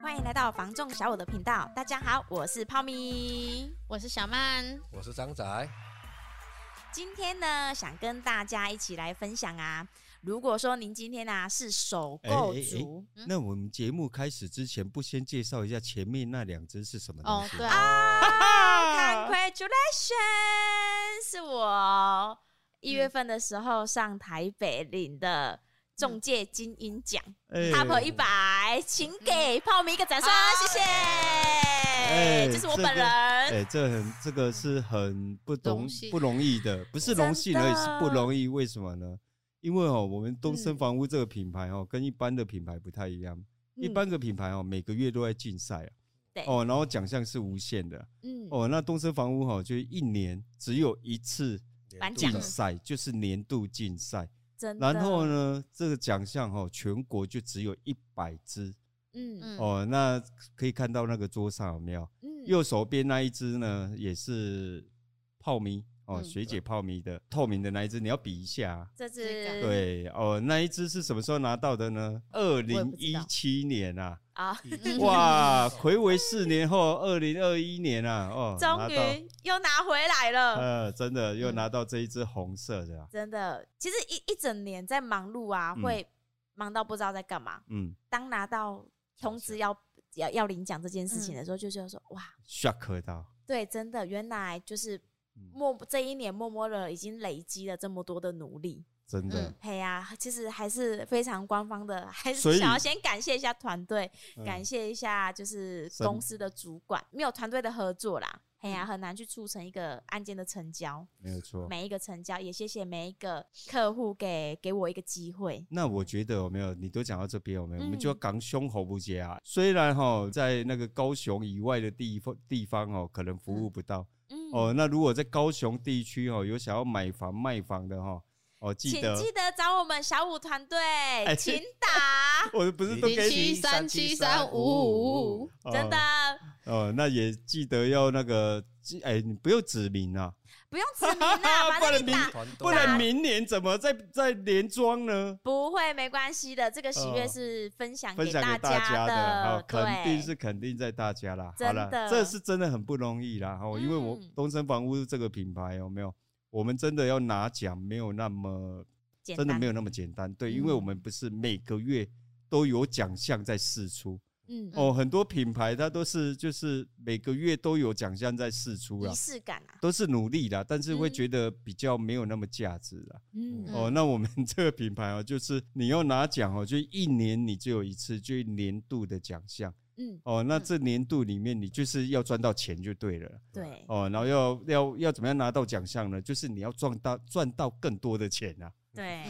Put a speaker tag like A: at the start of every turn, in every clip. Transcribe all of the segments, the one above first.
A: 欢迎来到房仲小五的频道，大家好，我是泡咪。
B: 我是小曼，
C: 我是张仔，
A: 今天呢，想跟大家一起来分享啊，如果说您今天啊是首购族，嗯
D: 那我们节目开始之前，不先介绍一下前面那两只是什么东
B: 哦
D: 西？
B: 对啊，
D: 哎
A: 啊，Congratulations！是我一月份的时候上台北领的中介精英奖、
D: 哎
A: t o p 一百，请给泡米一个掌声，
B: 啊
A: 谢谢。
D: 哎
A: 这是我
D: 这
A: 本
D: 个
A: 人，
D: 哎，这很这个是很不容
B: 荣
A: 嗯
B: 幸
D: 不容易的，不是荣幸而已，是不容易。为什么呢？因为哦，我们东
A: 嗯
D: 森房屋这个品牌哦，跟一般的品牌不太一样。一般的品牌哦，每个月都在竞赛啊
A: 嗯对
D: 哦，然后奖项是无限的
A: 嗯，
D: 哦。那东森房屋哦，就一年只有一次
A: 颁奖
D: 竞赛，就是年度竞赛。
A: 真的。
D: 然后？呢，这个奖项哦，全国就只有一百只
A: 嗯
B: 嗯
D: 哦。那可以看到那个桌上有没有？
A: 嗯，
D: 右手边那一只呢，也是泡咪哦，
B: 嗯
D: 学姐泡咪的透明的那一只，你要比一下啊。
A: 这
B: 这
A: 只
B: 个
D: 对哦，那一只是什么时候拿到的呢？二
A: 也
D: 零
A: 不知
D: 一
A: 道
D: 七年啊，
A: 啊，
B: 嗯
D: 哇，暌违四年后，二零二一年啊，哦，
A: 终
D: 拿到
A: 于又拿回来了。
D: 呃，真的又
B: 嗯
D: 拿到这一只红色的啊，
A: 真的，其实一一整年在忙碌啊，
D: 嗯
A: 会忙到不知道在干嘛。
D: 嗯
A: 当拿到通知要要要领奖这件事
D: 嗯
A: 情的时候，就觉得说哇，
D: ，shock 到，
A: 对，真的，原来就是
D: 嗯
A: 默这一年默默的已经累积了这么多的努力。
D: 真的
B: 嗯，
A: 嘿呀、其实还是非常官方的， 还
D: 所
A: 是
D: 以
A: 想要先感谢一下团队，
D: 嗯
A: 感谢一下就是
D: 神嗯
A: 公司的主管，没有团队的合作啦，嘿呀、很难去促成一个案件的成交。
D: 没有错。
A: 每一个成交，也谢谢每一个客户给给我一个机会。
D: 那我觉得有没有，你都讲到这边有没有？我们就要
A: 嗯
D: 港胸喉不接啊。虽然哈，在那个高雄以外的地方地方哦，可能服务不到、
A: 嗯，
D: 哦。那如果在高雄地区哦，有想要买房卖房的哈，哦，记
A: 请
D: 得哎
A: 记得找我们小五团队，请打，
D: 我不是都
B: 零
D: 给你
B: 七三七三五五五，
D: 哦
A: 真的
D: 哦，那也记得要那个记，哎，你不用指名啊，
A: 不用 指名啦，反
D: 不
A: 正
D: 然
A: 你打
D: 明
C: 团队
D: 不
B: 啊
D: 然明年怎么再再连庄呢？
A: 不会没关系的。这个喜悦
D: 哦
A: 是分享
D: 分
A: 给
D: 享给大
A: 家
D: 家的，好，肯定
A: 对，
D: 是肯定在大家啦。
A: 真
D: 好
A: 的
D: 了，这是真的很不容易啦。哦，因为我
A: 嗯
D: 东森房屋这个品牌有没有，我们真的要拿奖没有那么，
A: 简
D: 真的
A: 单
D: 没有那么简单。对，因为
A: 嗯
D: 我们不是每个月都有奖项在试出
A: 嗯，
D: 哦，很多品牌它都是就是每个月都有奖项在试出啦
A: 仪，式感啊，
D: 都是努力啦，但是会
A: 嗯
D: 觉得比较没有那么价值啦。
A: 嗯，
D: 哦，那我们 这个品牌哦，就是你要拿奖哦，就一年你只有一次，就年度的奖项
A: 嗯，
D: 哦。那
B: 嗯
D: 这年度里面，你就是要赚到钱就对了
A: 对，
D: 哦。然后要要要怎么样拿到奖项呢？就是你要赚到赚到更多的钱啊，
A: 对，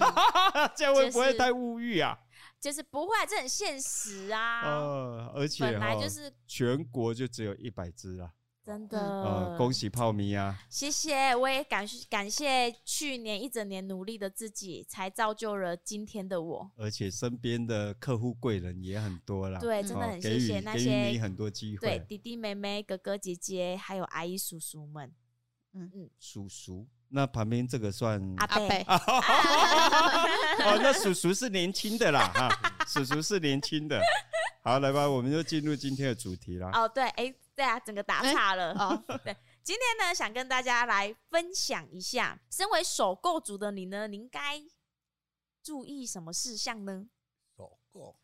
D: 这样会不
A: 就
D: 会
A: 是
D: 太物欲啊？
A: 就是不会，这很现实啊，
D: 哦，而且
A: 本来
D: 哦
A: 就是
D: 全国就只有一百只啊。
A: 真
D: 呃
A: 的，，
D: 恭喜泡咪啊！
A: 谢谢，我也感感谢去年一整年努力的自己，才造就了今天的我。
D: 而且身边的客户贵人也很多啦。
A: 对，
B: 嗯
A: 真的
D: 哦
A: 很
D: 给
A: 谢
D: 予
A: 谢那
D: 给予你
A: 些
D: 很多机
A: 对
D: 会。
A: 弟弟妹妹、哥哥姐姐，还有阿姨叔叔们。
D: 叔叔，那旁边这个算
A: 阿贝
B: 阿贝，
D: 哦，那叔叔是年轻的啦，哈，叔叔是年轻 的。好，来吧，我们就进入今天的主题啦。
A: 哦，对，哎，对啊，整个打
B: 哎
A: 岔了。
B: 哦，
A: 今天呢，想跟大家来分享一下，身为首购族的你呢，你应该注意什么事项呢？
C: 首购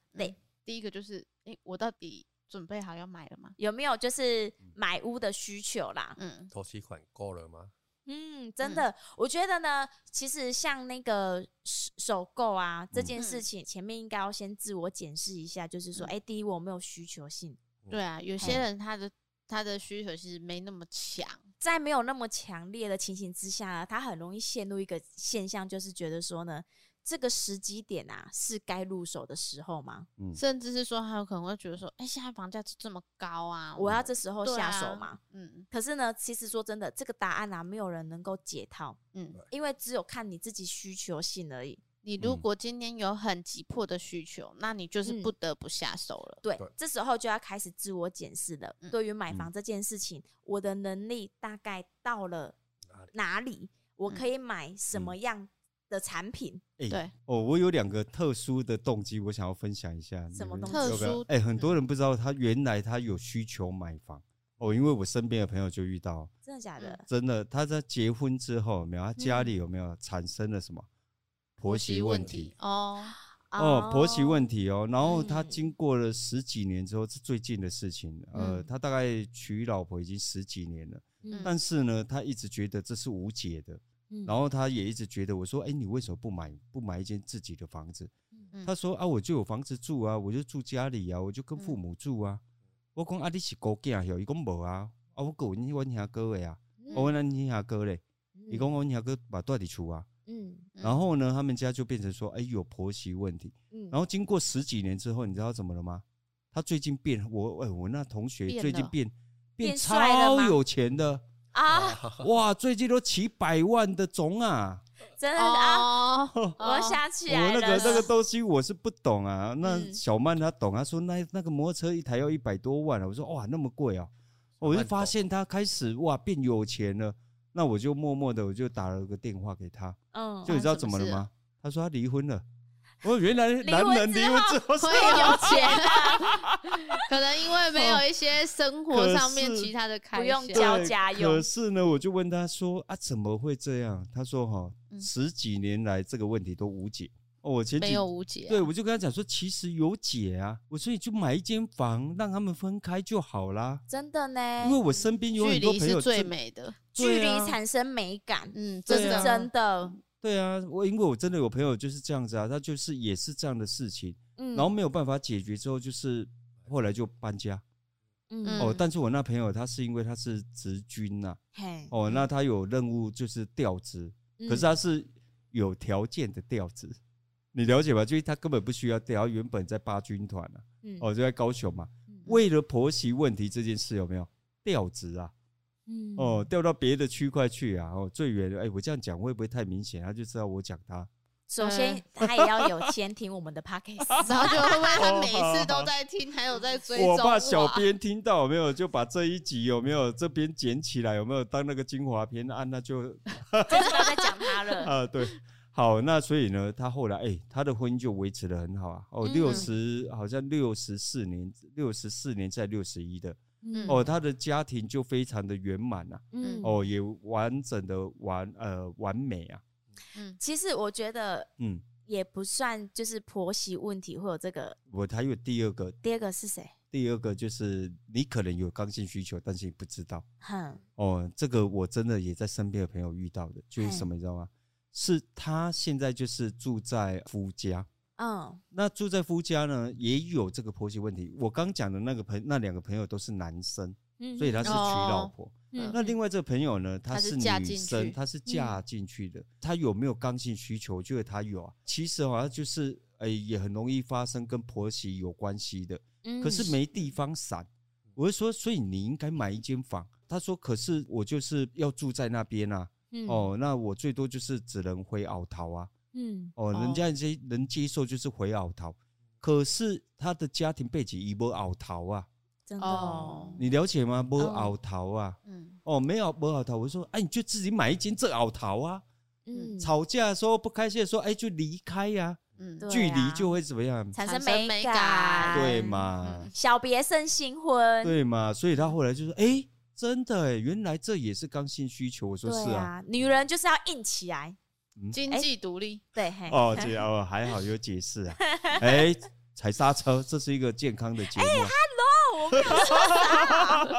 B: 第一个就是，哎，我到底准备好要买了吗？
A: 有没有就是
D: 嗯
A: 买屋的需求啦？
B: 嗯，
C: 头期款够了吗？
A: 嗯，真的，我觉得呢，其实像那个首首购啊这
D: 嗯
A: 件事
B: 嗯
A: 情，前面应该要先自我检视一下，就是说，
B: 嗯
A: 哎、第一，我有没有需求性，
B: 对啊，有些
A: 嗯
B: 人他的他的需求其实没那么强，
A: 在没有那么强烈的情形之下呢，他很容易陷入一个现象，就是觉得说呢，这个时机点啊是该入手的时候吗？
D: 嗯，
B: 甚至是说他有可能会觉得说，哎，现在房价就这么高啊，
A: 我要这时候
B: 对
A: 下
B: 啊
A: 手吗？
B: 嗯
A: 可是呢，其实说真的，这个答案啊，没有人能够解套，
B: 嗯，
A: 因为只有看你自己需求性而已。
B: 你如
D: 嗯
B: 果今天有很急迫的需求，那你就是
A: 嗯
B: 不得不下手了。
A: 对
C: 对，
A: 这时候就要开始自我检视了。
B: 嗯
A: 对于买房这件事情，我的能力大概到了
C: 哪里
D: 嗯
A: 哪里？我可以买什么样的产品，
D: 哎
B: 对，
D: 哦，我有两个特殊的动机，我想要分享一下。你
A: 什么
D: 们
A: 动
B: 机
D: 要不要
B: 特殊
D: 哎、很多人不知道，他原来他有需求买房哦，因为我身边的朋友就遇到，
A: 真的假的？
D: 真的，他在结婚之后，有没有他家
A: 嗯
D: 里有没有产生了什么婆媳嗯问题？
B: 哦，
D: 哦，婆媳问题哦，然后他
A: 嗯
D: 经过了十几年之后，是最近的事情。呃，
B: 嗯
D: 他大概娶老婆已经十几年了，
A: 嗯，
D: 但是呢，他一直觉得这是无解的，
A: 嗯
D: 然后他也一直觉得我说，哎，你为什么不买不买一间自己的房子？
B: 嗯
D: 他说啊，我就有房子住啊，我就住家里啊，我就跟父母住啊。我讲啊，你是孤囝哟，伊讲无啊，啊，我跟阮阮兄哥的啊，
A: 嗯
D: 啊，阮咱兄哥嘞，伊讲阮兄哥把住伫厝啊。
A: 嗯
B: 嗯
D: 然后呢，他们家就变成说，哎，有婆媳问题。
A: 嗯，
D: 然后经过十几年之后，你知道怎么了吗？他最近变，我哎，我那同学
B: 变
D: 最近
B: 了
D: 变变
A: 变帅了
D: 超
A: 吗
D: 有 钱的，
A: 啊，
D: 哇，最近都几百万的种啊！
A: 真的 啊，
B: 哦，
A: 我想起
D: 我
A: 来
D: 那
A: 了，
D: 个那个东西我是不懂啊，那
A: 嗯
D: 小曼她懂，她说那那个摩托车一台要一百多万啊，我说哇那么贵啊，我就
C: 曼
D: 发
C: 懂
D: 现她开始哇变有钱了，那我就默默的我就打了个电话给她，
A: 嗯
D: 就你知道怎么了吗？她说她离婚了，我说原来男人离婚之后 是
B: 会有钱，啊可能因为没有一些生活上面其他的开
A: 不用
B: 销
A: 交，
D: 对
A: 家用
D: 可是呢，我就问她说啊怎么会这样？她说哈
B: 嗯
D: 十几年来这个问题都无解，哦我前
B: 没
D: 几
B: 有无解啊，
D: 对，我就跟他讲说，其实有解啊，我说你就买一间房，让他们分开就好啦。
A: 真的呢
D: 因为，我身边有
B: 哎距
D: 很多
B: 离
D: 朋
B: 是
D: 友
B: 最
D: 真，
B: 美的，
A: 距
D: 对
A: 离
D: 啊
A: 产生美感，
B: 嗯，
A: 这
B: 这
A: 是
B: 是
A: 真的。
D: 对啊，我因为我真的有朋友就是这样子啊，他就是也是这样的事情，
A: 嗯，
D: 然后没有办法解决之后，就是后来就搬家、
A: 嗯
D: 哦。但是我那朋友他是因为他是职军呐、
A: 嘿，
D: 哦，那他有任务就是调职，可是
A: 嗯
D: 他是有条件的调职，你了解吧？就是他根本不需要调，他原本在八军团啊，
A: 嗯
D: 哦就在高雄嘛，
A: 嗯
D: 为了婆媳问题这件事有没有调职啊？
A: 嗯
D: 哦，调到别的区块去啊！哦，最远的，哎、我这样讲会不会太明显？他就知道我讲他。
A: 首先他也要有先听我们的 podcast，
B: 然后就会不会他每一次都在听，还有在追踪啊
D: 我怕 小
B: 哇
D: 编听到有没有，就把这一集有没有这边捡起来有没有当那个精华片啊？那就
A: 这次不要再讲他了。
D: 啊，对，好，那所以呢，他后来哎、他的婚姻就维持的很好啊。哦，
B: 嗯
D: 六十、好像六十四年，六十四年在六十一的
A: 嗯
D: 哦，他的家庭就非常的圆满啊。
A: 嗯
D: 哦，也完整的完呃完美啊，
B: 嗯
A: 其实我觉得
D: 嗯，
A: 也不算就是婆媳问题会有这个。
D: 我还有第二个，
A: 第二个是谁？
D: 第二个就是你可能有刚性需求，但是你不知道
A: 哼，
D: 哦，这个我真的也在身边的朋友遇到的，就是什么你知道吗？是他现在就是住在夫家，
A: 嗯
D: 那住在夫家呢也有这个婆媳问题。我刚讲的那个朋那两个朋友都是男生，
A: 嗯
D: 所以他是娶老婆。
A: 嗯
D: 那另外这个朋友呢，她
B: 是
D: 是
B: 嫁
D: 女
B: 进
D: 生，
B: 去
D: 她是嫁进去
A: 嗯
D: 的，她有没有刚性需求？我觉得她有啊。其实好像就是，诶、也很容易发生跟婆媳有关系的，
A: 嗯
D: 可是没地方闪。我就说，所以你应该买一间房。她说，可是我就是要住在那边啊，
A: 嗯
D: 哦，那我最多就是只能回鳌桃啊，
A: 嗯
D: 哦，人家接能接受就是回鳌桃，可是她的家庭背景一波鳌桃啊，
A: 真的
B: 哦
A: 哦，
D: 你了解吗？波
A: 哦
D: 鳌桃啊。
B: 嗯，
D: 哦，没有不好逃，我说，哎，你就自己买一间这好逃啊。
A: 嗯
D: 吵架的时候不开心的时候，哎，就离开呀、
B: 嗯
A: 对
D: 距离
A: 啊
D: 就会怎么样？
A: 产
B: 产
A: 生
B: 生
A: 美
B: 美感
D: 对嘛，
A: 小别胜新婚，
D: 对嘛，所以他后来就说，哎，真的哎，原来这也是刚性需求。我说是
A: 对
D: 啊，
A: 啊，女人就是要硬起来，
B: 经济独立，
A: 对，嘿
D: 哦，这样哦，还好有解释 啊，哎。踩刹车，这是一个健康的
A: 哎
D: 节目。啊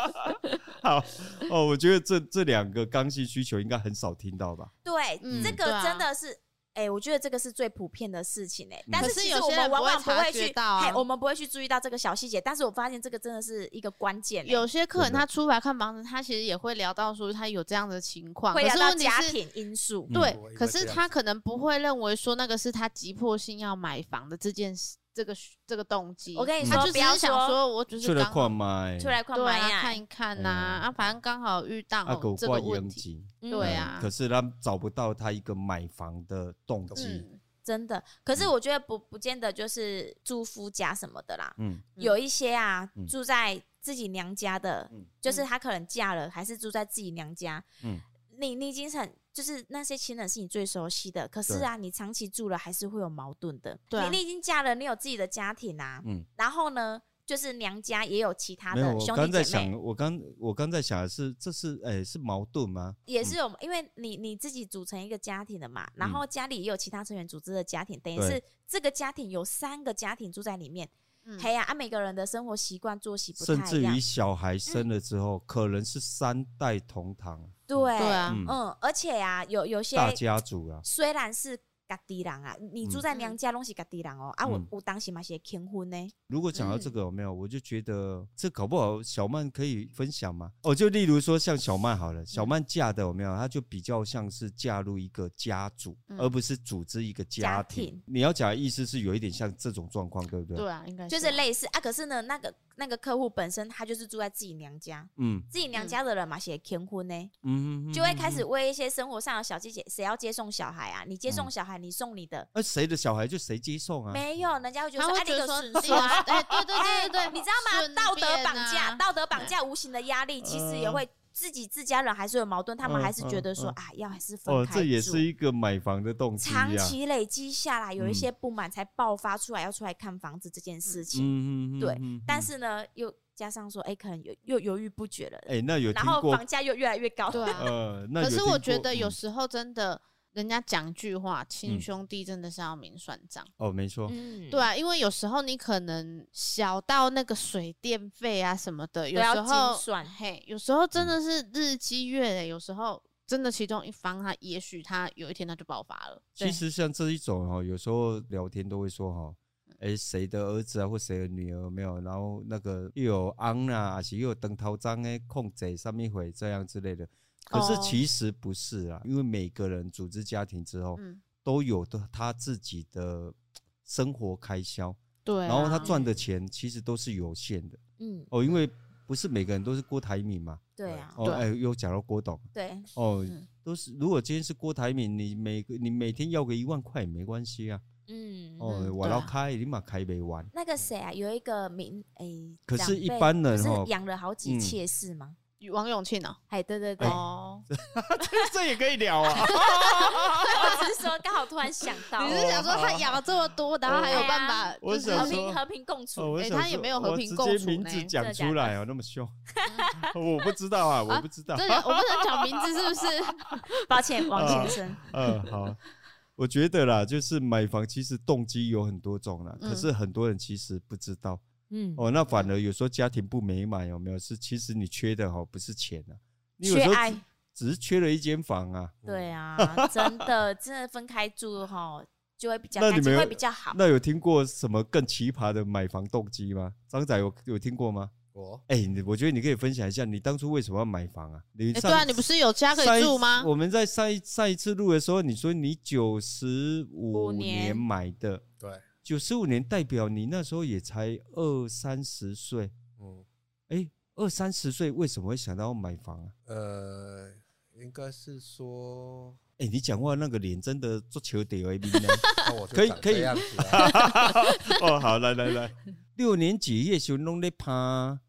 D: 好哦，我觉得这这两个刚性需求应该很少听到吧？
A: 对，
B: 嗯
A: 这
B: 对
A: 个
B: 啊
A: 真的是。哎、我觉得这个是最普遍的事情哎、
D: 嗯
A: 但
B: 可
A: 是
B: 是
A: 其实
B: 有
A: 我
B: 些
A: 们
B: 人
A: 往
B: 不会
A: 往不
B: 察
A: 会
B: 觉
A: 去，
B: 到啊
A: 嘿我们不会去注意到这个小细节。但是我发现这个真的是一个关键、欸，
B: 哎有些客人
D: 真的
B: 他出来看房子，他其实也会聊到说他有这样的情况，
A: 欸会聊
B: 可是
A: 到
B: 问题
A: 家
B: 是
A: 庭因素。
D: 嗯
B: 对
C: 我以为，
B: 可
C: 这
B: 是
C: 样
B: 他可能不会认为说那个是他急迫性要买房的这件事，这个需这个动机。
A: 我跟你
B: 他
A: 说，
B: 就
A: 不
B: 只
A: 要
B: 是想说，我只
D: 出
B: 是
D: 来
B: 刚
D: 看
B: 好
D: 麦，
A: 出来看
B: 对
A: 买
B: 啊
A: 呀、
B: 看一看呐，
D: 嗯
B: 啊，反正刚好遇到
D: 啊，狗
B: 这个
D: 怪
B: 问
D: 应
B: 题，
D: 景。
A: 嗯
B: 对
D: 嗯
B: 啊
D: 可是他找不到他一个买房的动机。
B: 嗯，
A: 真的。可是
D: 嗯
A: 我觉得不不见得就是住夫家什么的啦，
D: 嗯，
B: 嗯
A: 有一些啊、
D: 嗯
A: 住在自己娘家的，
D: 嗯
A: 就是她可能嫁了，还是住在自己娘家，
D: 嗯
A: 你你已经很就是那些亲人是你最熟悉的，可是啊，你长期住了还是会有矛盾的。
B: 对啊
A: 你你已经嫁了，你有自己的家庭啊，
D: 嗯，
A: 然后呢，就是娘家也有其他
D: 没有，
A: 的
D: 我
A: 兄
D: 刚在
A: 弟姐
D: 想
A: 妹，，
D: 我刚我刚在想的是这是哎、是矛盾吗？
A: 也是有，因为你你自己组成一个家庭的嘛，然后家里也有其他成员组织的家庭，等于
D: 嗯对
A: 是这个家庭有三个家庭住在里面。
B: 嗯
A: 嘿呀，啊，每个人的生活习惯、作息不
D: 甚
A: 太
D: 至
A: 一样嗯
D: 于，小孩生了之后，可能是三代同堂，
A: 对，
B: 对啊，
D: 嗯，
A: 嗯，而且啊，有有些
D: 大家族啊，
A: 虽然是家己人啊，你住在娘
B: 嗯
A: 家拢是家己人哦、啊，我
D: 嗯
A: 我当时嘛是会结婚呢，
D: 如果讲到
A: 嗯
D: 这个有没有，我就觉得这搞不好小曼可以分享吗？哦，就例如说像小曼好
A: 嗯
D: 了，小曼嫁的有没有？她就比较像是嫁入一个家族，
B: 嗯
D: 而不是组织一个家庭。
A: 家庭
D: 你要讲的意思是有一点像这种状况，对不对？
B: 对啊，应该
A: 就是
B: 累，
A: 类似啊。可是呢，那个那个客户本身他就是住在自己娘家，
D: 嗯
A: 自己娘家的人嘛是会结婚呢，
D: 嗯哼，
A: 就会
D: 嗯
A: 开始
D: 哼。
A: 为一些生活上的小细节，谁要接送小孩啊？你接
D: 嗯
A: 送小孩，你送你的，
D: 那谁的小孩就谁接送啊？
A: 没有，人家会觉得
B: 他
A: 说，
B: 会
A: 哎，
B: 觉
A: 你
B: 得
A: 有
B: 说
A: 损
B: 你
A: 失啊
B: 啊，。哎，对 对对对对，
A: 你知道吗？
B: 顺便
A: 道德绑
B: 啊
A: 架，道德绑架无形的压力，其实也会自己自家人还是有矛盾，他们
D: 嗯
A: 还是觉得说
D: 嗯
A: 啊，要还是分
D: 哦，
A: 开
D: 这也
A: 住
D: 是一个买房的动机
A: 长
D: 呀、
A: 期累积下来，有一
D: 嗯
A: 些不满才爆发出来，要出来看房子这件事情。
D: 嗯嗯
A: 对
D: 嗯
A: 但是呢，又加上说，哎，可能又又犹豫不决了，
D: 哎、那有听
A: 然后
D: 过
A: 房价又越来越高。
B: 对啊。
D: 呃，那
B: 可
D: 有
B: 是
D: 听
B: 我
D: 过
B: 觉得有
D: 嗯
B: 时候真的，人家讲句话，
D: 嗯
B: 亲兄弟真的是要明算账。
D: 哦，没错，
A: 嗯
B: 对啊，因为有时候你可能小到那个水电费啊什么的，有
A: 要
B: 时候
A: 精算
B: 嘿，有时候
D: 嗯
B: 真的是日积月累，有时候真的其中一方他也许他有一天他就爆发了。
D: 其实像这一种哈、哦，有时候聊天都会说哈、哦，哎，谁的儿子啊，或谁的女儿有没有，然后那个又有昂啊，还是又有灯头章哎，控贼上面会这样之类的。可是
B: 哦
D: 其实不是啊，因为每个人组织家庭之后，
B: 嗯，
D: 都有的他自己的生活开销，
B: 对啊、
D: 然后他赚的钱其实都是有限的
A: 嗯，
D: 哦，因为不是每个人都是郭台铭嘛，
A: 对啊，
D: 哦，
B: 对
D: 哎，又讲到郭董，
A: 对，
D: 哦
B: 嗯，
D: 都是如果今天是郭台铭，你每个你每天要个一万块也没关系啊。
A: 嗯。
D: 哦，
B: 嗯
D: 我
B: 对
D: 要
B: 啊
D: 开，你嘛开没完。
A: 那个谁啊，有一个名诶，
D: 可是
A: 长
D: 一
A: 辈
D: 般人
A: 不
D: 哦
A: 是养了好几
D: 嗯
A: 妾室吗？
B: 王永庆哦、
A: 哎，对对对，
B: 哦，
D: 这也可以聊啊。
A: 我只是说刚好突然想到，哦
B: 你是想说他养了这么多，然后还有办法？
D: 哦我
B: 就是
D: 想
A: 和
D: 说
A: 平和平共
D: 哦
A: 处？
D: 我
B: 哎
D: 想
B: 他也
D: 说
B: 没有和
D: 我
B: 平
D: 直
B: 共
D: 接
B: 处
D: 名
B: 呢
D: 字
A: 真
D: 讲
A: 的假
D: 出来 哦，那么凶，我不知道啊，我
B: 啊
D: 不知道。
B: 这个我不能讲名字，是不是？
A: 抱歉，王先生，
D: 嗯，好。我觉得啦，就是买房其实动机有很多种啦，可
B: 嗯
D: 是很多人其实不知道
A: 嗯，
D: 哦。那反而有时候家庭不美满有没有？是其实你缺的哦，不是钱啊，你有
A: 缺
D: 时候
A: 爱
D: 只只是缺了一间房啊。
A: 对啊，真的，真的分开住哈，就会比较
D: 那你
A: 感情
D: 没有
A: 会比较
B: 啊
A: 好。
D: 那有听过什么更奇葩的买房动机吗？张仔有有听过吗？
C: 我
D: 哎、你我觉得你可以分享一下，你当初为什么要买房啊？ 你
B: 哎，对
D: 上、
B: 啊，你不是有家可
D: 上
B: 以
D: 一
B: 住吗？
D: 我们在上一上一次录的时候，你说你九十五
A: 五年
D: 年买的，
C: 对，
D: 九十五年代表你那时候也才二三十岁，
C: 嗯
D: 哎、二三十岁为什么会想到要买房啊？
C: 呃，应该是说，
D: 哎、你讲话那个脸真的做球得为呢。
C: 那我就
D: 可以
C: 长
D: 可以
C: 这样子啊
D: 哦，好，来来来，六年级迄时阵拢咧拍，啊，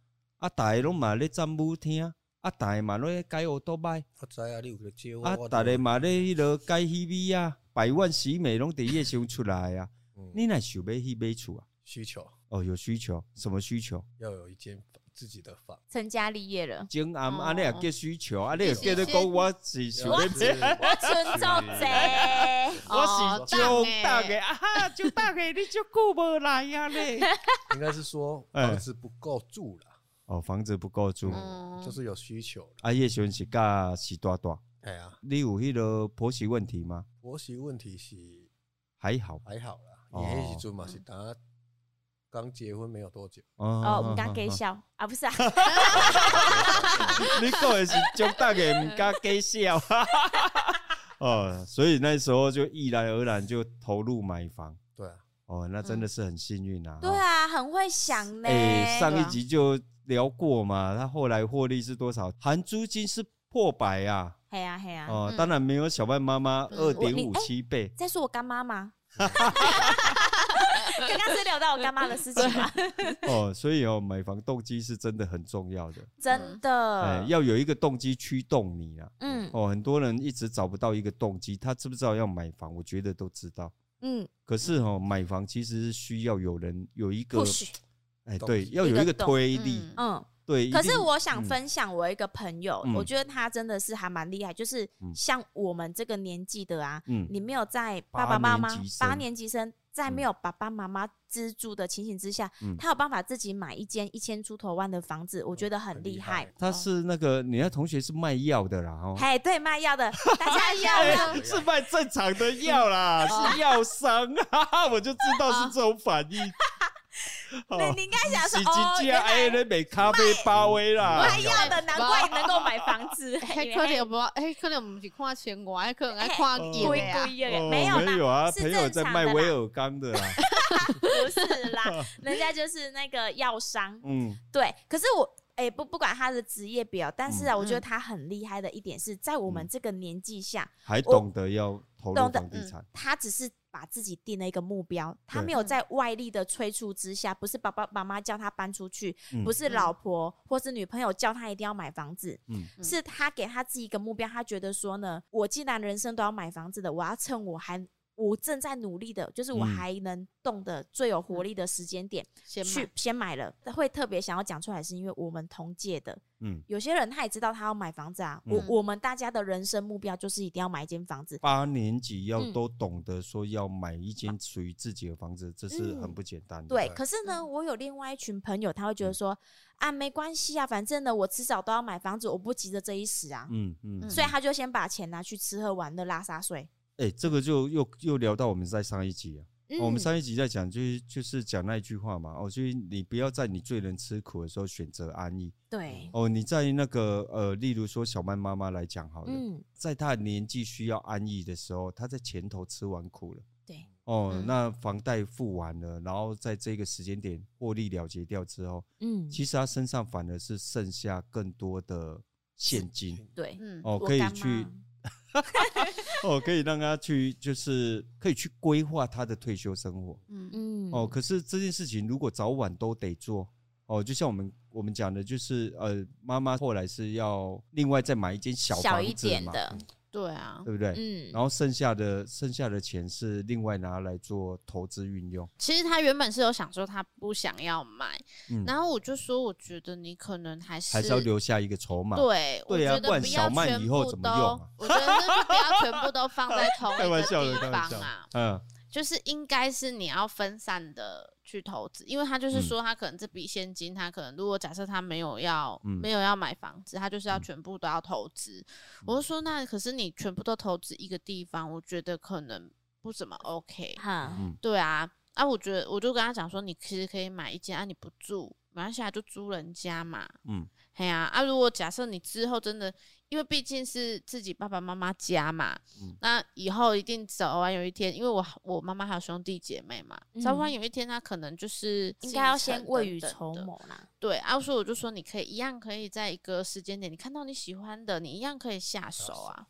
D: 大家拢嘛咧站舞厅，啊，大家嘛拢咧改学倒摆，
C: 我知啊，你有个招
D: 啊，大家嘛咧迄落改 HV 啊，百万喜美拢伫迄时阵出来啊，你
C: 嗯，
D: 若想要去买厝啊？
C: 需求
D: 哦，有需求，什么需求？
C: 要有一间房自己的房，
A: 成家立业 了，
D: 前暗
B: 哦
D: 啊，你也叫需求啊，你也
B: 是
D: 叫你
B: 是
D: 讲我是想要
C: 我是
D: 买，
A: 我尊重 贼，
B: 哦
D: 我是
B: 当
D: 中
B: 欸
D: 大个啊哈，中大个你就久无来啊咧。
C: 应该是说
D: 哎
C: 房子不够住了，
D: 哦，房子不够住，
B: 嗯
C: 就是有需求了。
D: 啊，迄时阵是甲是大大。
C: 哎呀，
D: 你有迄个婆媳问题吗？
C: 婆媳问题是
D: 还好
C: 还好啦，
D: 哦
C: 也迄时阵嘛是打刚结婚没有多久，
A: 哦，
D: 哦
A: 唔敢给
D: 笑。
A: 笑啊，不是 啊，
D: 你讲的是中大个唔敢给笑。哦，所以那时候就毅然而然就投入买房。
C: 对啊，
D: 哦，那真的是很幸运啊。
A: 对啊，很会想
D: 哦。
A: 呢。
D: 哎，上一集就聊过嘛，他后来获利是多少？含租金是破百啊。
A: 嘿呀嘿呀，
D: 哦，
B: 嗯
D: 当然没有小曼妈妈
B: 嗯
D: 二
A: 我
D: 点
A: 你
D: 五七倍。
A: 在说我干妈吗？刚刚是聊到我干妈的事情嘛，
D: 哦，所以哦，买房动机是真的很重要的，
A: 真
D: 哎
A: 的，，
D: 要有一个动机驱动你啊。
A: 嗯
D: 哦，很多人一直找不到一个动机，他知不知道要买房？我觉得都知道。
A: 嗯，
D: 可是哦，买房其实是需要有人有一个
A: 不，许，
D: 哎，
C: 动
D: 对，
C: 力
D: 要有
A: 一
D: 一
A: 个
D: 个
A: 动
D: 推力，
B: 嗯
A: 嗯。
D: 对。一
A: 可
D: 定
A: 是我想
D: 嗯
A: 分享我一个朋友，
D: 嗯
A: 我觉得他真的是还蛮厉害，就是
D: 嗯
A: 像我们这个年纪的啊，
D: 嗯
A: 你没有在爸爸妈妈
D: 八年级生
A: 八年级生在没有爸爸妈妈资助的情形之下，
D: 嗯
A: 他有办法自己买一间一千出头万的房子，我觉得很厉害。哦
D: 他是那个你那同学是卖药的啦，哦，
A: 嘿，对，卖药 的，大家
D: 哎
A: 要
C: 药
D: 是卖正常的 药啦，
B: 哦
D: 是药商， 哈哈，我就知道是这种 反应。哎
A: 那，你应该想说
D: 洗
A: 哦，
D: 几
A: 原
D: 家哎，
A: 来
D: 那买咖啡包的啦，
A: 卖药的，难怪能够买房 子。
B: 迄哎可能无，迄可能毋是看钱外，迄可能爱看
D: 嘿
B: 伊
A: 贵
B: 啊
A: 贵。的，
D: 哦
A: 没有
D: 没
A: 啦，
D: 有啊，
A: 是
D: 朋友
A: 正
D: 在
A: 常
D: 卖
A: 的啦
D: 威尔刚的啦，
A: 不是 啦，人家就是那个药商。
D: 嗯
A: 对，可是我哎、不不管他的职业表，但是啊，
B: 嗯
A: 我觉得他很厉害的一点是在我们
D: 嗯
A: 这个年纪下，
D: 还懂得要投入
A: 懂得
D: 房地产，
A: 他只是把自己定了一个目标，他
D: 对
B: 嗯
A: 没有在外力的催促之下，不是爸爸妈妈叫他搬出去，
D: 嗯
A: 不是老婆或是女朋友叫他一定要买房子，
D: 嗯
B: 嗯
A: 是他给他自己一个目标，他觉得说呢，我既然人生都要买房子的，我要趁我还。我正在努力的，就是我
D: 嗯
A: 还能动的、最有活力的时间点，
B: 嗯先买
A: 去先买了，会特别想要讲出来，是因为我们同届的
D: 嗯，
A: 有些人他也知道他要买房子啊。
D: 嗯
A: 我我们大家的人生目标就是一定要买一间房子，
D: 八年级要
A: 嗯啊
D: 都懂得说要买一间属于自己的房子，这是很不简单的。
A: 嗯对。
C: 对
A: 可是呢，
B: 嗯
A: 我有另外一群朋友，他会觉
D: 嗯
A: 得说啊，没关系啊，反正呢，我迟早都要买房子，我不急着这一时啊。
D: 嗯嗯，
A: 所以他就先把钱拿去吃喝玩乐、拉撒睡。
D: 哎，这个就又又聊到我们在上一集啊，
A: 嗯
D: 哦我们上一集在讲，就是就是讲那一句话嘛，哦，就是你不要在你最能吃苦的时候选择安逸。
A: 对，
D: 哦，你在那个呃，例如说小曼妈妈来讲好了，
A: 嗯，
D: 在她的年纪需要安逸的时候，她在前头吃完苦了。
A: 对，
D: 哦，
B: 嗯
D: 那房贷付完了，然后在这个时间点获利了结掉之后，
A: 嗯，
D: 其实她身上反而是剩下更多的现金
A: 对，
B: 嗯
D: 哦，
A: 我
D: 可以
A: 干妈
D: 去哦，可以让她去就是可以去规划她的退休生活。
B: 嗯
A: 嗯，
D: 哦，可是这件事情如果早晚都得做，哦，就像我们我们讲的，就是呃，妈妈后来是要另外再买一间小
A: 小
D: 房
A: 一
D: 子
A: 点
D: 嘛，
A: 的，
B: 对啊，
D: 对不对？
A: 嗯，
D: 然后剩下的剩下的钱是另外拿来做投资运用，
B: 其实他原本是有想说他不想要买，
D: 嗯，
B: 然后我就说我觉得你可能还是
D: 还是要留下一个筹码。
B: 对，我
D: 对啊
B: 觉得
D: 不然
B: 不
D: 小
B: 要
D: 麦
B: 全
D: 以后
B: 部
D: 怎么
B: 都
D: 用啊
B: 我觉得就不要全部都放在同
D: 开
B: 一
D: 玩
B: 个
D: 笑的，开
B: 地方
D: 玩笑
B: 啊。，
D: 嗯
B: 就是应该是你要分散的去投资，因为他
D: 嗯
B: 就是说他可能这笔现金，他可能如果假设他没有要、
D: 嗯
B: 没有要买房子，他就是要全部都要投资。
D: 嗯
B: 我就说那可是你全部都投资一个地方，我觉得可能不怎么 OK。
A: 哈，
D: 嗯，
B: 对啊，啊，我觉得我就跟他讲说，你其实可以买一间啊，你不住，马来西亚就租人家嘛。
D: 嗯，
B: 嘿呀、啊，如果假设你之后真的，因为毕竟是自己爸爸妈妈家嘛，
D: 嗯
B: 那以后一定早晚有一天，因为我我妈妈还有兄弟姐妹嘛，早晚有一天她可能就是
A: 嗯应该要
B: 继承
A: 先未
B: 等
A: 雨
B: 等
A: 绸
B: 的
A: 缪啦。
B: 对，啊，所以我就说你可以一样可以在一个时间点，你看到你喜欢的，你一样可以下手啊。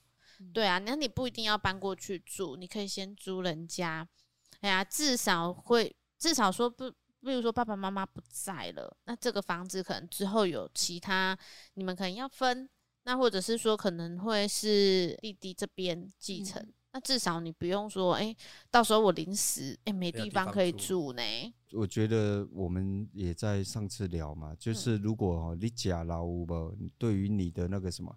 B: 对啊，那你不一定要搬过去住，你可以先租人家。哎呀，至少会至少说不，比如说爸爸妈妈不在了，那这个房子可能之后有其他你们可能要分，那或者是说可能会是弟弟这边继承。那至少你不用说，哎、到时候我临时哎、没
C: 没有
B: 地
C: 地
B: 方
C: 方
B: 可以住
C: 住
B: 呢，
D: 我觉得我们也在上次聊嘛，
B: 嗯
D: 就是如果、哦、你假老屋吧，你对于你的那个什么，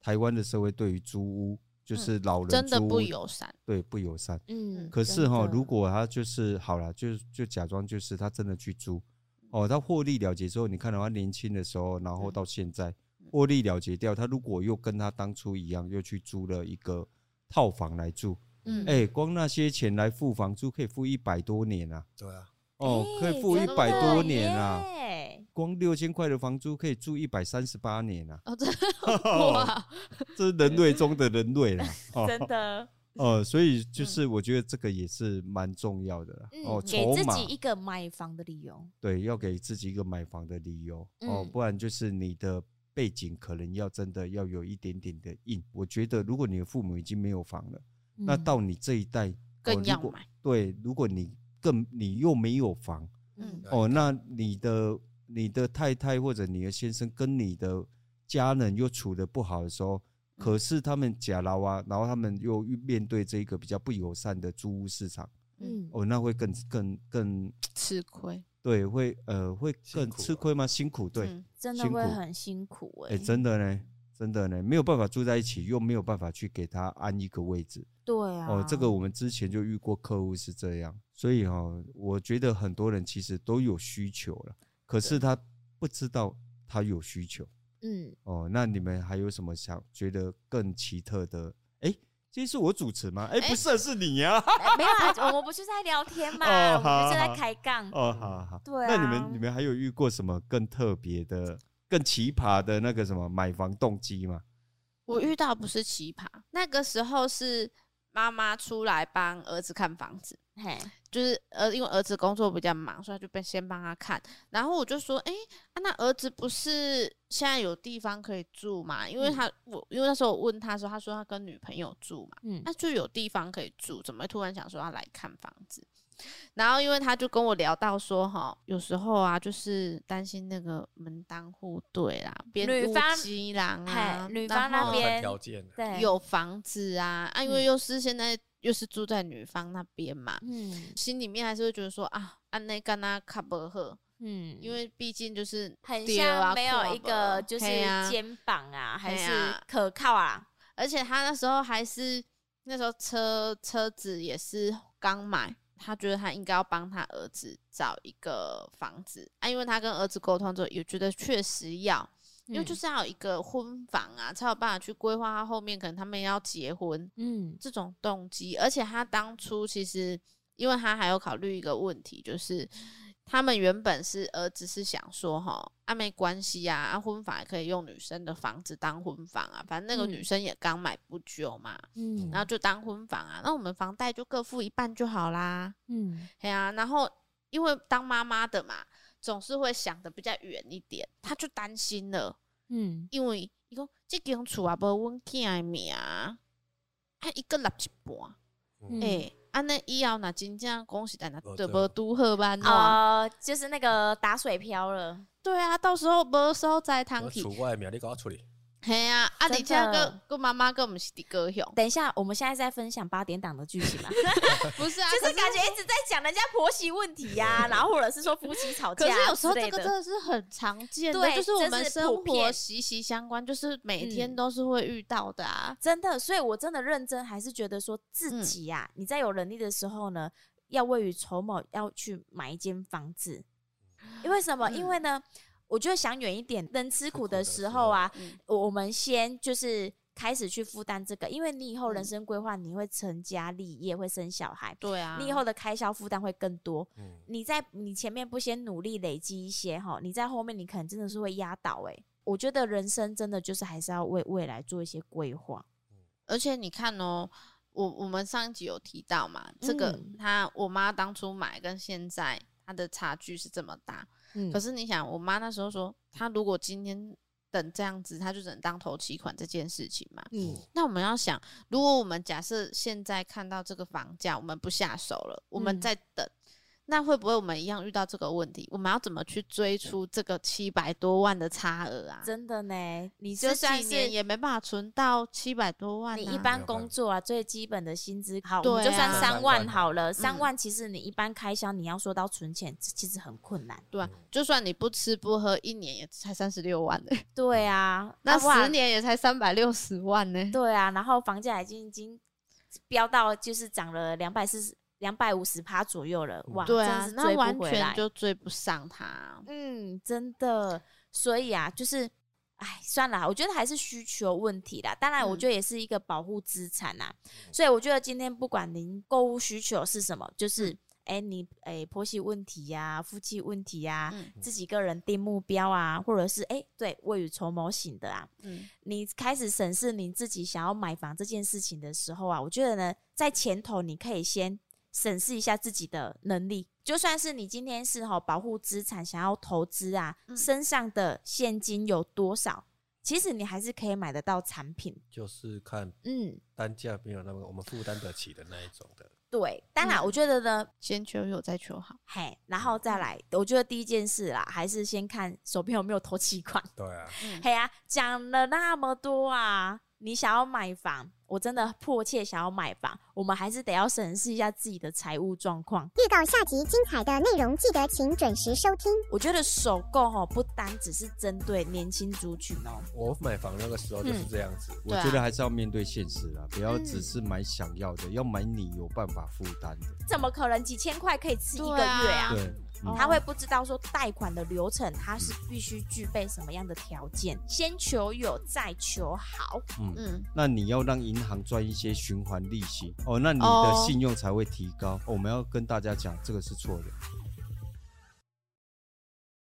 D: 台湾的社会对于租屋就是老人
B: 嗯真的
D: 租
B: 不
D: 屋
B: 友善。
D: 对不友善。
A: 嗯，
D: 可是哈、
A: 哈，
D: 如果他就是好了，就就假装就是他真的去租，
B: 嗯
D: 哦，他获利了结之后，你看到他年轻的时候，然后到现在
B: 嗯
D: 获利了结掉，他如果又跟他当初一样，又去租了一个套房来住，
B: 嗯
D: 哎、光那些钱来付房租，可以付一百多年啊，
C: 对啊，
D: 哦，
A: 哎
D: 可以付一
A: 真
D: 百
A: 的
D: 多年啊，
A: 耶
D: 光六千块的房租可以住一百三十八年啊，
B: 哦，真的 哇，
D: 这是人类中的人类 啦，哦
A: 真的，
D: 哦，所以就是我觉得这个也是蛮重要的啦， 哦，
A: 嗯，给
D: 筹
A: 自
D: 码
A: 己一个买房的理由。
D: 对，要给自己一个买房的理由、哦
A: 嗯，
D: 不然就是你的背景可能要真的要有一点点的硬。我觉得，如果你的父母已经没有房了，那
A: 嗯
D: 到你这一代
B: 更要
D: 哦如果
B: 买。
D: 对，如果你更你又没有房
B: 嗯
A: 嗯
D: 哦，那你的你的太太或者你的先生跟你的家人又处的不好的时候，
C: 嗯
D: 可是他们假牢啊，然后他们又面对这个比较不友善的租屋市场
A: 嗯，
D: 哦，那会更更更
B: 吃亏，
D: 对，会呃会
C: 辛
D: 更
C: 苦
D: 吃
C: 啊
D: 亏吗？辛苦对，
B: 嗯
A: 真的
D: 辛
A: 会
D: 苦
A: 很辛苦
D: 哎、
A: 哎、
D: 真的呢，真的呢，没有办法住在一起，又没有办法去给他安一个位置。
A: 对啊，
D: 哦，这个我们之前就遇过客户是这样，所以哈、我觉得很多人其实都有需求了，可是他不知道他有需求。
A: 嗯，
D: 哦，那你们还有什么想觉得更奇特的？哎、今天是我主持吗？哎、
B: 哎
D: 不是，是你 呀、
A: 哎没有啊，我们不是在聊天嘛，我
D: 哦
A: 们就
D: 好
A: 是在
D: 好
A: 开杠。
D: 哦，好好好。
A: 对啊，
D: 那你们你们还有遇过什么更特别的、更奇葩的那个什么买房动机吗？
B: 我遇到不是奇葩，那个时候是妈妈出来帮儿子看房子，
A: 嘿，
B: 就是儿因为儿子工作比较忙，所以他就被先帮他看。然后我就说，哎、啊那儿子不是现在有地方可以住嘛？因为
A: 嗯
B: 他、我因为那时候我问他说，他说他跟女朋友住嘛，
A: 嗯
B: 那就有地方可以住，怎么会突然想说要来看房子？然后因为他就跟我聊到说，哈，有时候啊，就是担心那个门当户对啦，边
A: 女
B: 屋
A: 方
B: 鸡郎啊，
A: 嘿女方
B: 然
A: 那
B: 后
A: 边嗯
C: 看条件的，
A: 对，，
B: 有房子啊，啊，因为又是现在又是住在女方那边嘛，
A: 嗯
B: 心里面还是会觉得说啊，安内干那卡不喝，
A: 嗯，
B: 因为毕竟就是
A: 很
B: 对
A: 像
B: 啊
A: 没有一个就是
B: 嘿啊
A: 肩膀啊，还
B: 嘿
A: 是
B: 啊
A: 可靠啊，
B: 而且他那时候还是那时候车车子也是刚买，他觉得他应该要帮他儿子找一个房子啊，因为他跟儿子沟通之后，也觉得确实要，因
A: 嗯
B: 为就是要有一个婚房啊，才有办法去规划他后面可能他们要结婚
A: 嗯
B: 这种动机。而且他当初其实，因为他还有考虑一个问题，就是他们原本是儿子是想说哈，啊没关系啊，啊婚房也可以用女生的房子当婚房啊，反正那个女
A: 嗯
B: 生也刚买不久嘛，
A: 嗯
B: 然后就当婚房啊，那我们房贷就各付一半就好啦，
A: 嗯
B: 嘿啊，然后因为当妈妈的嘛，总是会想的比较远一点，他就担心了。
A: 嗯
B: 因为伊讲即间厝也无阮囝的名，啊，伊个立一半，
C: 嗯
B: 诶、安尼以后若真正讲是咱若
C: 无
B: 就
C: 做
B: 无拄好办啊，
A: 哦，就是那个打水漂了，
B: 对啊，到时候无所在通
C: 我
B: 去
C: 厝，外面你给我处理，
B: 嘿啊，啊，而
A: 真
B: 且个
A: 的
B: 个妈妈个毋是伫高 雄，
A: 等一下，我们现在在分享八点档的剧情嘛， 就
B: 不是啊，可
A: 是感觉一直在讲人家婆媳问题 呀，然后或者是说夫妻吵
B: 可
A: 架
B: 是有时候
A: 之
B: 这
A: 类
B: 个真
A: 的，
B: 的是很常见的，
A: 对
B: 就是我
A: 这
B: 们
A: 是
B: 生
A: 普
B: 活
A: 遍
B: 息息相关，就是每天
A: 嗯
B: 都是会遇到的啊。
A: 真的，所以我真的认真还是觉得说
B: 嗯
A: 自己呀，你在有能力的时候呢，要未雨绸缪，要去买一间房子，因为什么？因
B: 嗯
A: 为呢，我觉得想远一点，能吃苦的时候啊，
B: 嗯
A: 我我们先就是开始去负担这个，因为你以后人
B: 嗯
A: 生规划，你会成家立业，会生小孩，
B: 对啊，
A: 你以后的开销负担会更多。
C: 嗯，
A: 你在你前面不先努力累积一些哈，你在后面你可能真的是会压倒哎、我觉得人生真的就是还是要为未来做一些规划。
B: 而且你看哦，我我们上一集有提到嘛，这个
A: 嗯
B: 她我妈当初买跟现在她的差距是这么大。
A: 嗯
B: 可是你想，我妈那时候说，她如果今天等这样子，她就只能当头期款这件事情嘛。
A: 嗯
B: 那我们要想，如果我们假设现在看到这个房价，我们不下手了，我们
A: 嗯
B: 再等。那会不会我们一样遇到这个问题？我们要怎么去追出这个七百多万的差额啊？
A: 真的呢，你
B: 这
A: 就
B: 几
A: 算
B: 年
A: 是
B: 也没办法存到七百多万、啊。
A: 你一般
C: 没有办
A: 工
C: 法
A: 作啊，最基本的薪资好，
B: 对
A: 我们就算
B: 啊
A: 三万好了，
B: 嗯
A: 三万其实你一般开销你要说到存钱，其实很困难。
B: 对啊，就算你不吃不喝，一年也才三十六 万呢、
A: 对啊，
B: 那
A: 啊不然
B: 十年也才三百六十万呢、
A: 对啊，然后房价已经已经飙到就是涨了两百四十、两百五十趴左右了，哇，
B: 对
A: 真
B: 啊
A: 是，
B: 那
A: 追
B: 完
A: 不回
B: 全
A: 来。
B: 就追不上啊他。
A: 嗯，真的，所以啊，就是。哎，算了啊，我觉得还是需求问题啦。当然，我
B: 嗯
A: 觉得也是一个保护资产呐、所以我觉得今天不管您购物需求是什么，
B: 嗯
A: 就是哎、你哎、婆媳问题呀、夫妻问题呀、
B: 嗯
A: 自己个人定目标啊，或者是哎、对未雨绸缪型的啊，
B: 嗯，
A: 你开始审视你自己想要买房这件事情的时候啊，我觉得呢，在前头你可以先审视一下自己的能力。就算是你今天是哈、保护资产想要投资啊，
B: 嗯
A: 身上的现金有多少，其实你还是可以买得到产品。
C: 就是看
A: 嗯，
C: 单价没有那么我们负担得起的那一种的，
A: 对，当然
B: 嗯
A: 我觉得呢，
B: 先求有再求好，
A: 嘿，然后再来，我觉得第一件事啦，还是先看手边有没有头期款。
C: 对啊，
B: 嗯，
A: 嘿啊，讲了那么多啊，你想要买房，我真的迫切想要买房，我们还是得要审视一下自己的财务状况。
E: 预告下集精彩的内容，记得请准时收听。
A: 我觉得首购哦，不单只是针对年轻族群哦，
C: 我买房那个时候就是这样子，
D: 我
B: 对啊
D: 觉得还是要面对现实啦，不要
A: 嗯
D: 只是买想要的，要买你有办法负担的。
A: 怎么可能几千块可以吃一个
B: 对
A: 月
B: 啊
A: 啊？
D: 对，嗯
A: 他会不知道说贷款的流程，它是必须具备什么样的条件，先求有再求好。
D: 嗯，
B: 嗯，
D: 那你要让银行赚一些循环利息哦，那你
B: 哦
D: 哦的信用才会提高。我们要跟大家讲，这个是错的。